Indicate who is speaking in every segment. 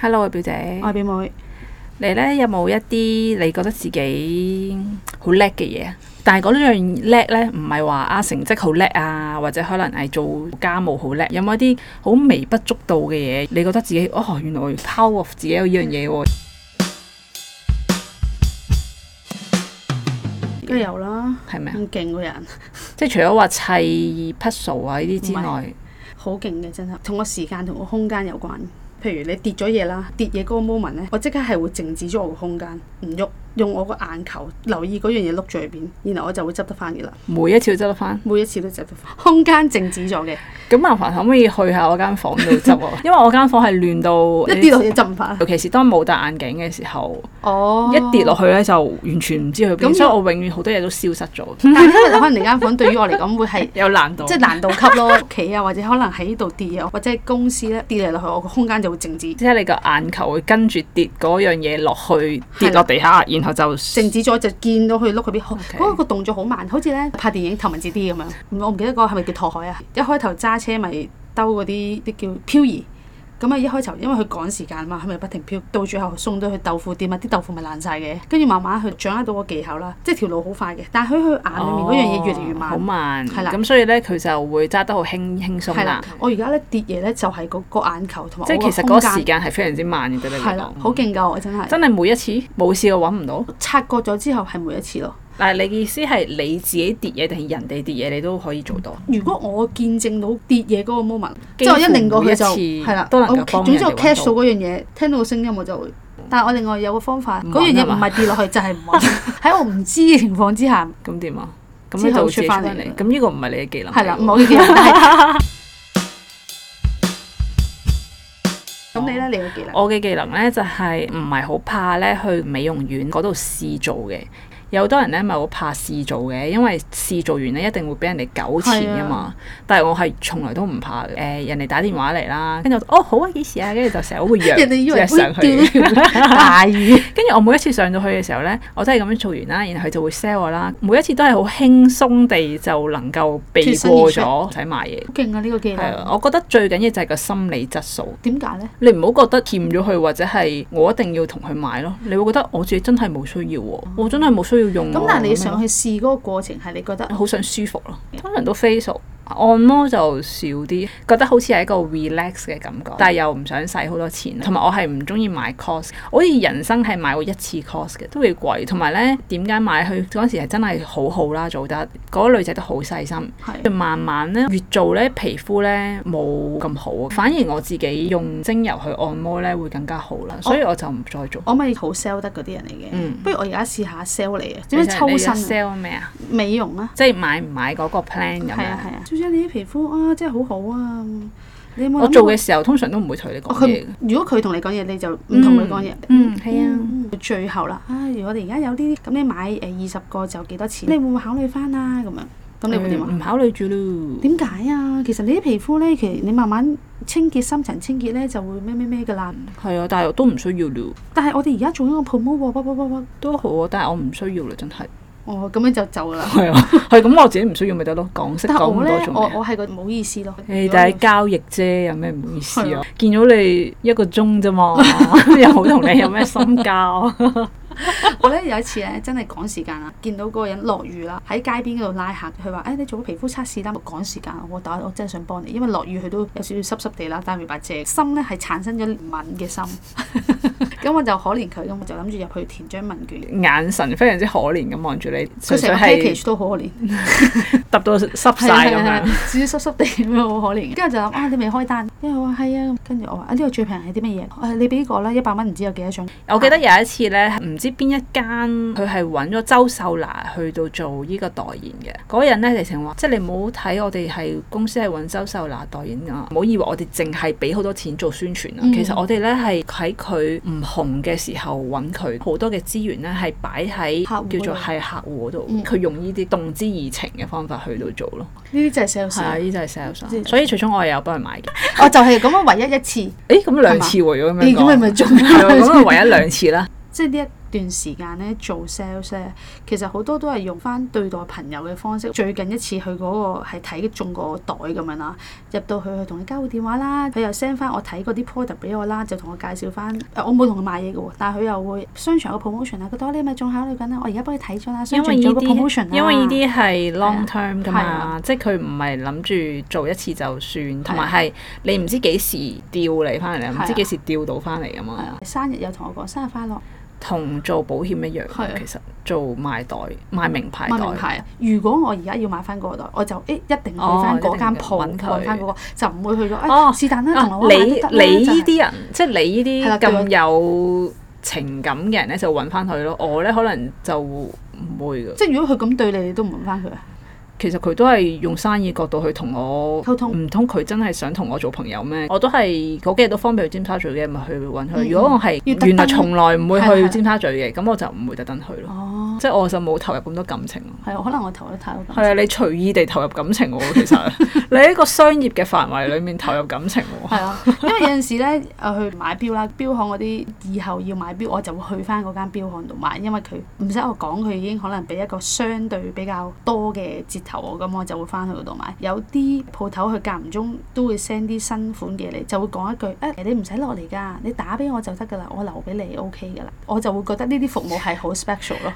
Speaker 1: Hello 啊，表姐，
Speaker 2: 我係表妹，
Speaker 1: 你呢有冇一啲你覺得自己好叻嘅嘢啊？但係嗰樣叻呢，唔係話啊成績好叻啊，或者可能係做家務好叻，有冇一啲好微不足道嘅嘢？你覺得自己哦，原來我 power of 自己有呢樣嘢喎。
Speaker 2: 梗係有啦，
Speaker 1: 係咪啊？
Speaker 2: 咁勁個人，
Speaker 1: 即係除咗話砌 puzzle 啊呢啲之
Speaker 2: 唔
Speaker 1: 外
Speaker 2: 係，好勁嘅真係，同個時間同個空間有關。譬如你跌咗嘢啦，跌嘢嗰個 moment 咧，我即刻係會靜止咗我個空間，唔喐，用我個眼球留意嗰樣嘢碌咗去邊，然後我就會執得翻嘅啦。
Speaker 1: 每一次都執得翻。
Speaker 2: 每一次都執得返，空間靜止咗嘅，
Speaker 1: 咁麻煩可唔可以去下我間房度執 啊？因為我間房係亂到
Speaker 2: 一跌落去就執唔翻。
Speaker 1: 尤其是當冇戴眼鏡嘅時候，
Speaker 2: 哦，
Speaker 1: 一跌落去咧就完全唔知去邊，
Speaker 2: 咁
Speaker 1: 所以我永遠好多嘢都消失咗，
Speaker 2: 但係因為可能你間房對於我嚟講 會係。
Speaker 1: 有難度。
Speaker 2: 即係難度級咯，屋企啊，或者可能喺度跌嘢，或者係公司咧跌嚟落去，我個空間就會靜
Speaker 1: 即
Speaker 2: 止，
Speaker 1: 係你個眼球會跟住跌嗰樣嘢落去，跌落地下，然後就
Speaker 2: 靜止咗就見到佢碌佢邊，好
Speaker 1: OK
Speaker 2: 嗰個動作好慢，好似咧拍電影頭文字 D 咁樣。唔我唔記得嗰個係咪叫拓海啊？一開頭揸車咪兜嗰啲啲叫漂移，咁啊一開頭因為佢趕時間嘛，佢咪不停漂，到最後送到去豆腐店啊，啲豆腐咪爛晒嘅。跟住慢慢佢掌握到個技巧啦，即係條路好快嘅，但係佢佢眼裡面嗰樣嘢越嚟越
Speaker 1: 哦好慢。
Speaker 2: 慢。係啦
Speaker 1: 咁所以咧佢就會揸得好輕輕鬆
Speaker 2: 係啦
Speaker 1: 啦。，
Speaker 2: 我而家咧跌嘢咧就係嗰個眼球同埋
Speaker 1: 即係
Speaker 2: 我
Speaker 1: 其實
Speaker 2: 個
Speaker 1: 嗰
Speaker 2: 空
Speaker 1: 個時
Speaker 2: 間。
Speaker 1: 間係非常之慢嘅，對你
Speaker 2: 係
Speaker 1: 嚟
Speaker 2: 啦，
Speaker 1: 講。
Speaker 2: 好勁㗎我真係，
Speaker 1: 真係每一次冇試過揾唔到。
Speaker 2: 察覺咗之後係每一次咯。
Speaker 1: 但係你嘅意思係你自己跌嘢定係人哋跌嘢，你都可以做到。
Speaker 2: 如果我見證到跌嘢嗰個 moment，
Speaker 1: 幾
Speaker 2: 即
Speaker 1: 乎
Speaker 2: 係我一令過佢就
Speaker 1: 每一次
Speaker 2: 係啦，
Speaker 1: 都能夠
Speaker 2: 我
Speaker 1: 幫
Speaker 2: 總之我
Speaker 1: 人哋搵
Speaker 2: catch 到嗰樣嘢，聽到個聲音我就會。但係我另外有個方法，
Speaker 1: 唔
Speaker 2: 嗰樣
Speaker 1: 搵
Speaker 2: 嘢
Speaker 1: 啊
Speaker 2: 唔
Speaker 1: 嘛
Speaker 2: 係跌落去就係唔揾。 喺我唔知嘅情況之下，
Speaker 1: 咁點啊？咁
Speaker 2: 之後
Speaker 1: 你就會自己
Speaker 2: 出返
Speaker 1: 出返
Speaker 2: 嚟
Speaker 1: 嚟。咁呢個唔係你嘅技能嚟喎。
Speaker 2: 係啦，唔好嘅技能。但係咁你咧，你嘅技能
Speaker 1: 哦我嘅技能呢，就係唔係好怕呢去美容院嗰度試做嘅。有好多人呢咪好怕試做嘅，因為試做完呢一定會俾人哋糾纏噶
Speaker 2: 係啊
Speaker 1: 嘛。但係我係從來都唔怕嘅。誒、人哋打電話嚟啦，跟住我就哦好啊，幾時啊？跟住就成日會約
Speaker 2: 人哋以為
Speaker 1: 即係上
Speaker 2: 喂
Speaker 1: 去。啊
Speaker 2: 大雨，
Speaker 1: 跟住我每一次上到去嘅時候呢，我都係咁樣做完啦，然後佢就會 sell 我啦。每一次都係好輕鬆地就能夠避
Speaker 2: 脫身而
Speaker 1: 過
Speaker 2: 出
Speaker 1: 咗，唔使買嘢。
Speaker 2: 好勁啊！呢個技
Speaker 1: 係啊，
Speaker 2: 能
Speaker 1: 我覺得最緊要就係個心理質素。
Speaker 2: 點解咧？
Speaker 1: 你唔好覺得欠咗佢，或者係我一定要同佢買咯。你會覺得我自己真係冇需要喎，我真係冇需要用喎。
Speaker 2: 嗯咁但係你上
Speaker 1: 咁
Speaker 2: 去試嗰個過程係你覺得
Speaker 1: 樣好想舒服咯，通常都 facial 按摩就少啲，覺得好似係一個 relax 嘅感覺，但係又唔想使好多錢，啊同埋我係唔中意買 course，我好似人生係買過一次 course 嘅，都幾貴。同埋呢點解買佢嗰陣時係真係好好啦，做得嗰、個女仔都好細心。
Speaker 2: 係
Speaker 1: 跟住慢慢咧，越做咧皮膚咧冇咁好，啊反而我自己用精油去按摩咧會更加好
Speaker 2: 哦
Speaker 1: 啦，所以我就唔再做。
Speaker 2: 我咪好 sell 得嗰啲人嚟嘅。
Speaker 1: 嗯
Speaker 2: 不如我而家試下 sell 你啊，點樣抽
Speaker 1: 你就
Speaker 2: 身啊
Speaker 1: sell 咩啊？
Speaker 2: 美容啊？
Speaker 1: 即係買唔買嗰個 plan 咁
Speaker 2: 係啊係
Speaker 1: 樣？
Speaker 2: 啊，小姐你啲皮膚啊真係好好啊！你有冇諗
Speaker 1: 我做
Speaker 2: 過
Speaker 1: 嘅時候通常都唔會同你
Speaker 2: 哦
Speaker 1: 講嘢嘅。
Speaker 2: 佢如果佢同你講嘢，你就唔同佢講嘢。
Speaker 1: 嗯，係啊。
Speaker 2: 嗯最後啦，啊！如果你而家有啲咁，你買誒二十個就幾多錢？你會唔會考慮翻啊？咁樣咁你會點
Speaker 1: 誒
Speaker 2: 啊？
Speaker 1: 唔考慮住咯。
Speaker 2: 點解啊？其實你啲皮膚咧，其實你慢慢清潔深層清潔咧，就會咩咩咩㗎啦。
Speaker 1: 係啊，但係都唔需要了，
Speaker 2: 但係我哋而家做緊個 promo 喎，哇哇哇哇！
Speaker 1: 都好啊。但係我唔需要啦，真係。
Speaker 2: 哦，咁樣就走㗎啦。
Speaker 1: 係啊，係咁我自己唔需要咪得咯，講識
Speaker 2: 但係
Speaker 1: 講
Speaker 2: 我
Speaker 1: 咁
Speaker 2: 咧
Speaker 1: 多，做
Speaker 2: 我
Speaker 1: 咩啊？
Speaker 2: 我係個唔好意思咯。
Speaker 1: 誒，但係交易啫，有咩唔好意思
Speaker 2: 係
Speaker 1: 啊？見到你一個鐘啫 嘛，又好同你有咩深交？
Speaker 2: 我咧有一次咧，真係趕時間啦，啊見到嗰個人落雨啦，喺街邊嗰度拉客，佢話：誒、你做個皮膚測試啦，我趕時間，我打我真係想幫你，因為落雨佢都有少少濕濕地啦，但係未把遮，心咧係產生咗憐憫嘅心，咁我就可憐佢，咁我就諗住入去填張問卷。
Speaker 1: 眼神非常之可憐咁望住你，
Speaker 2: 佢
Speaker 1: 純
Speaker 2: 成
Speaker 1: 粹
Speaker 2: 個
Speaker 1: 係
Speaker 2: package 都好可憐，
Speaker 1: 揼到濕
Speaker 2: 啊係啊
Speaker 1: 晒咁
Speaker 2: 係
Speaker 1: 樣。
Speaker 2: 係少少濕濕地咁樣好可憐。跟住就諗啊，你未開單，跟住我話係啊，跟住我話啊呢個最平係啲乜嘢？我話你俾個啦，一百蚊唔知有幾多種。
Speaker 1: 我記得
Speaker 2: 啊
Speaker 1: 有一次呢，唔知邊一間佢係揾咗周秀娜去到做呢個代言嘅。嗰人呢，直情話：即係你唔好睇我哋係公司係揾周秀娜代言啊，唔好以為我哋淨係俾好多錢做宣傳啊。
Speaker 2: 嗯
Speaker 1: 其實我哋呢係喺佢唔紅嘅時候揾佢，好多嘅資源呢係擺喺
Speaker 2: 客戶
Speaker 1: 叫做
Speaker 2: 嗰度
Speaker 1: 係客戶嗰度，
Speaker 2: 嗯
Speaker 1: 佢用呢啲動之以情嘅方法去到做咯。
Speaker 2: 呢啲就係 sales
Speaker 1: 係啊，
Speaker 2: 啊。
Speaker 1: 呢就係 sales 啊
Speaker 2: 即係
Speaker 1: 所以最終我係有幫佢買嘅。
Speaker 2: 我就係咁樣唯一一次，
Speaker 1: 誒咁兩次喎，如果咁
Speaker 2: 你
Speaker 1: 樣講，
Speaker 2: 咁咪
Speaker 1: 啊
Speaker 2: 咪中
Speaker 1: 係喎咁咪唯一兩次啦。
Speaker 2: 即係呢一段時間咧做 sales 咧，其實好多都係用翻對待朋友嘅方式。最近一次去嗰個係睇中個袋咁樣啦，入到去佢同佢交換電話啦，佢又 send 翻我睇嗰啲 product 俾我啦，就同我介紹翻。誒我冇同佢買嘢嘅喎，但係佢又會商場有 promotion 啊，佢話你咪仲考慮緊啊，我而家幫你睇咗啦，
Speaker 1: 因
Speaker 2: 商場
Speaker 1: 為呢
Speaker 2: 做個 promotion 啊
Speaker 1: 啲
Speaker 2: 啦。
Speaker 1: 因為呢啲係 long term 噶
Speaker 2: 係
Speaker 1: 嘛
Speaker 2: 啊，
Speaker 1: 即係佢唔係諗住做一次就算，同埋係你唔知幾時調你翻嚟，唔
Speaker 2: 啊係
Speaker 1: 知
Speaker 2: 啊
Speaker 1: 幾時調到翻嚟噶
Speaker 2: 係
Speaker 1: 嘛。
Speaker 2: 啊，生日又同我講生日快樂。
Speaker 1: 同做保險一樣
Speaker 2: 係啊，
Speaker 1: 其實做賣袋賣名牌
Speaker 2: 買
Speaker 1: 袋，
Speaker 2: 名牌啊！如果我而家要買翻嗰個袋，我就誒欸一定去翻嗰間
Speaker 1: 哦
Speaker 2: 鋪
Speaker 1: 一定要揾佢
Speaker 2: 揾翻嗰個，就唔會去咗
Speaker 1: 哦
Speaker 2: 誒是但啦，
Speaker 1: 啊
Speaker 2: 同我
Speaker 1: 你
Speaker 2: 買都得啦
Speaker 1: 你
Speaker 2: 就
Speaker 1: 呢
Speaker 2: 係
Speaker 1: 啲人，即係你
Speaker 2: 係
Speaker 1: 呢啲
Speaker 2: 啦對我
Speaker 1: 咁有情感嘅人咧，就揾翻佢咯。我咧可能就唔會嘅。
Speaker 2: 即係如果佢咁對你，你都唔揾翻佢啊？
Speaker 1: 其實佢都係用生意角度去同我
Speaker 2: 溝通
Speaker 1: 唔通佢真係想同我做朋友咩？我都係嗰幾日都方便去尖沙咀嘅，咪去揾
Speaker 2: 嗯
Speaker 1: 佢。如果我係
Speaker 2: 要特登
Speaker 1: 原來從來唔會
Speaker 2: 係係
Speaker 1: 去尖沙咀嘅，咁我就唔會特登去咯。
Speaker 2: 哦，
Speaker 1: 即係我就冇投入咁多感情咯。
Speaker 2: 係啊，可能我投得太多
Speaker 1: 係啊，你隨意地投入感情喎，其實 你喺一個商業嘅範圍裡面投入感情喎。
Speaker 2: 係啊，因為有陣時咧，誒去買錶啦，錶行嗰啲以後要買錶，我就會去翻嗰間錶行度買，因為佢唔使我講，佢已經可能俾一個相對比較多嘅折頭我，咁我就會翻去嗰度買。有啲鋪頭佢間唔中都會 send 啲新款嘅嚟，就會講一句誒、你唔使落嚟㗎，你打俾我就得㗎啦，我留俾你 OK 㗎啦，我就會覺得呢啲服務係好 special 咯，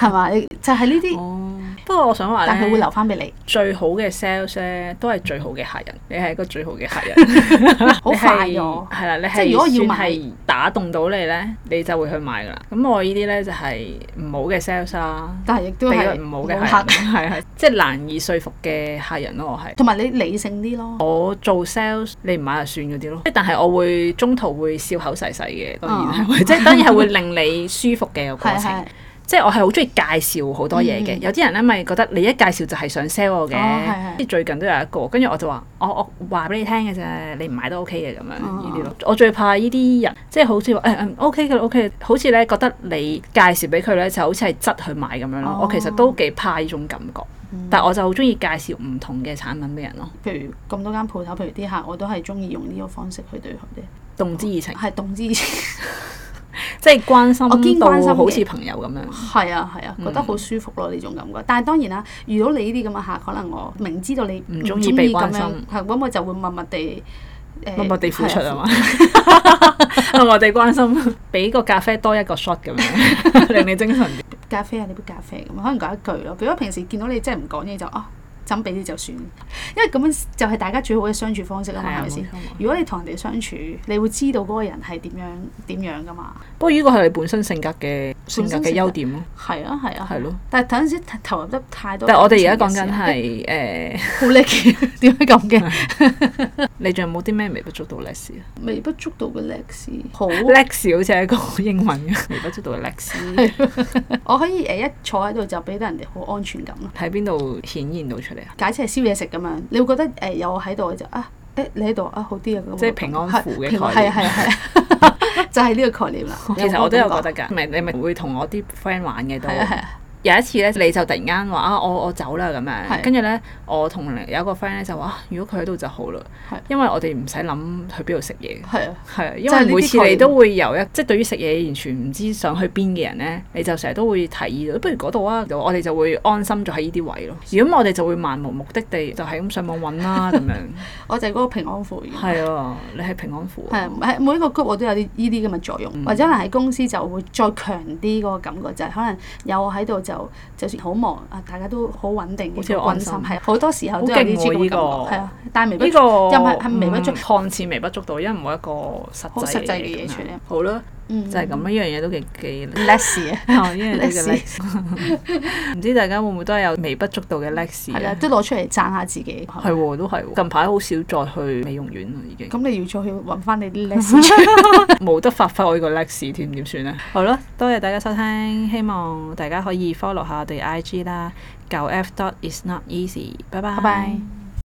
Speaker 2: 係嘛？你就係呢啲，
Speaker 1: 哦，不過我想話
Speaker 2: 但佢會
Speaker 1: 咧，
Speaker 2: 留翻俾你，
Speaker 1: 最好嘅 sales 咧都係最好嘅客人，你係一個最好嘅客人，
Speaker 2: 好
Speaker 1: 你係
Speaker 2: 快㗎。
Speaker 1: 係啦，你
Speaker 2: 即係如果要
Speaker 1: 算
Speaker 2: 買
Speaker 1: 係打動到你咧，你就會去買噶啦。咁我呢啲咧就係唔好嘅 sales 啦，
Speaker 2: 但係亦都
Speaker 1: 比較
Speaker 2: 係
Speaker 1: 唔好嘅
Speaker 2: 冇
Speaker 1: 客人， 係係即係難以說服嘅客人咯，我係。
Speaker 2: 同埋你理性啲咯。
Speaker 1: 我做 sales，你唔買就算嗰啲咯。即係但係我會中途會笑口噬噬嘅，當然係會， 即係當然係會令你舒服嘅個過
Speaker 2: 哦係
Speaker 1: 程
Speaker 2: 係。。
Speaker 1: 即係我係好中意介紹好多嘢嘅。
Speaker 2: 嗯
Speaker 1: 有啲人咧咪覺得你一介紹就係想 sell 我嘅
Speaker 2: 哦係係。
Speaker 1: 即係最近都有一個，跟住我就話哦我我話俾你聽嘅啫，你唔買都 OK 嘅咁樣
Speaker 2: 哦
Speaker 1: 呢啲咯。我最怕呢啲人，即係好似話誒嗯 OK 嘅
Speaker 2: 哦
Speaker 1: OK，好似咧覺得你介紹俾佢咧就好似係質去買咁樣
Speaker 2: 哦
Speaker 1: 咯。我其實都幾怕呢種感覺，
Speaker 2: 嗯
Speaker 1: 但我就好中意介紹唔同嘅產品俾人咯，
Speaker 2: 譬如咁多間鋪頭，譬如啲客，我都係中意用呢個方式去對佢哋，
Speaker 1: 動之以情。
Speaker 2: 係動之以情，
Speaker 1: 即係關心
Speaker 2: 哦我堅關心
Speaker 1: 到
Speaker 2: 嘅
Speaker 1: 好似朋友咁樣。
Speaker 2: 係啊係
Speaker 1: 嗯
Speaker 2: 啊，覺得好舒服咯呢種感覺。但係當然啦，遇到你呢啲咁嘅客，可能我明知道你
Speaker 1: 唔
Speaker 2: 中
Speaker 1: 鍾意被
Speaker 2: 咁
Speaker 1: 關
Speaker 2: 樣
Speaker 1: 心，
Speaker 2: 係咁我就會默默地誒
Speaker 1: 默默地付出啊！
Speaker 2: 係
Speaker 1: 嘛， 默默地關心，俾個咖啡多一個 shot 咁樣， 令你精神啲。
Speaker 2: 咖啡啊，你杯咖啡咁，可能講一句咯。如果平時見到你真係唔講嘢就啊，斟俾你就算，因為咁樣就係大家最好嘅相處方式啊嘛，係咪先
Speaker 1: 冇錯？冇錯
Speaker 2: 如果你同人哋相處，你會知道嗰個人係點樣點樣噶嘛。
Speaker 1: 不過呢個係你本身性格嘅性
Speaker 2: 本身
Speaker 1: 格
Speaker 2: 性格
Speaker 1: 嘅優點咯，
Speaker 2: 係啊係啊，
Speaker 1: 係咯。
Speaker 2: 但係有陣時投入得太多
Speaker 1: 但係我哋而家
Speaker 2: 感
Speaker 1: 講
Speaker 2: 情嘅
Speaker 1: 緊
Speaker 2: 時候
Speaker 1: 係誒，
Speaker 2: 好叻嘅， 點解咁嘅？
Speaker 1: 你仲有冇啲咩微不足道嘅 lex 啊
Speaker 2: 微不足道嘅叻事，好，
Speaker 1: ？lex 好似係一個英文嘅微不足道嘅 lex，
Speaker 2: 我可以誒一坐喺度就俾到人哋好安全感咯。
Speaker 1: 喺邊度顯現到出嚟啊？
Speaker 2: 假設係燒嘢食咁樣，你會覺得誒有我喺度就啊誒你喺度啊好啲啊咁。
Speaker 1: 即係平安符嘅
Speaker 2: 係平安
Speaker 1: 概念
Speaker 2: 係啊係啊 係啊，就係呢個概念啦。
Speaker 1: 其實我都有覺
Speaker 2: 得
Speaker 1: 得㗎，咪你咪會同我啲 friend 玩嘅都。
Speaker 2: 係啊係啊，
Speaker 1: 有一次咧，你就突然間話啊，我我走啦咁樣，
Speaker 2: 係
Speaker 1: 跟住咧，我同另有一個 friend 咧就話、啊，如果佢喺度就好啦
Speaker 2: 係，
Speaker 1: 因為我哋唔使諗去邊度食嘢。
Speaker 2: 係啊，
Speaker 1: 係啊，因
Speaker 2: 就係呢
Speaker 1: 為
Speaker 2: 啲
Speaker 1: 每次
Speaker 2: 概
Speaker 1: 你
Speaker 2: 念
Speaker 1: 都會有一即係對於食嘢完全唔知想去邊嘅人咧，你就成日都會提議到，不如嗰度啊，我哋就會安心咗喺呢啲位咯。如果唔係我哋就會漫無目的地就係咁上網揾啦咁樣。
Speaker 2: 我就係嗰個平安符嘅。
Speaker 1: 係啊，你係平安符啊。
Speaker 2: 係係每一個 group 我都有啲呢啲咁嘅作用，
Speaker 1: 嗯
Speaker 2: 或者可能喺公司就會再強啲嗰個感覺，就係、可能有我喺度就就算好忙啊，大家都好穩定
Speaker 1: 好
Speaker 2: 嘅
Speaker 1: 似好
Speaker 2: 個
Speaker 1: 安
Speaker 2: 穩心
Speaker 1: 心
Speaker 2: 係啊好多時候都有呢
Speaker 1: 好勁喎呢
Speaker 2: 啲咁嘅感覺，
Speaker 1: 個
Speaker 2: 係啊，但係微不
Speaker 1: 呢個
Speaker 2: 又唔係係微不足
Speaker 1: 嗯看似微不足道，因為冇一個實
Speaker 2: 好
Speaker 1: 際
Speaker 2: 實際嘅
Speaker 1: 嘢
Speaker 2: 嘢
Speaker 1: 咁
Speaker 2: 出
Speaker 1: 樣
Speaker 2: 嚟
Speaker 1: 好啦，
Speaker 2: 嗯
Speaker 1: 就係咁啦，呢樣嘢都幾幾
Speaker 2: less 啊，
Speaker 1: 哦，因為呢個
Speaker 2: Lex
Speaker 1: Lex，唔知大家會唔會都係有微不足道嘅 Lex
Speaker 2: 係啦，
Speaker 1: 啊？
Speaker 2: 都攞出嚟讚下自己。
Speaker 1: 係喎，都係喎。近排好少再去美容院啦，已經
Speaker 2: 咁你要再去揾翻你啲 less，
Speaker 1: 冇得發揮我呢個 Lex 添，點算啊呢？好啦，多謝大家收聽，希望大家可以 follow 下我哋 IG 啦。九 F dot is not easy，拜拜。
Speaker 2: 拜拜。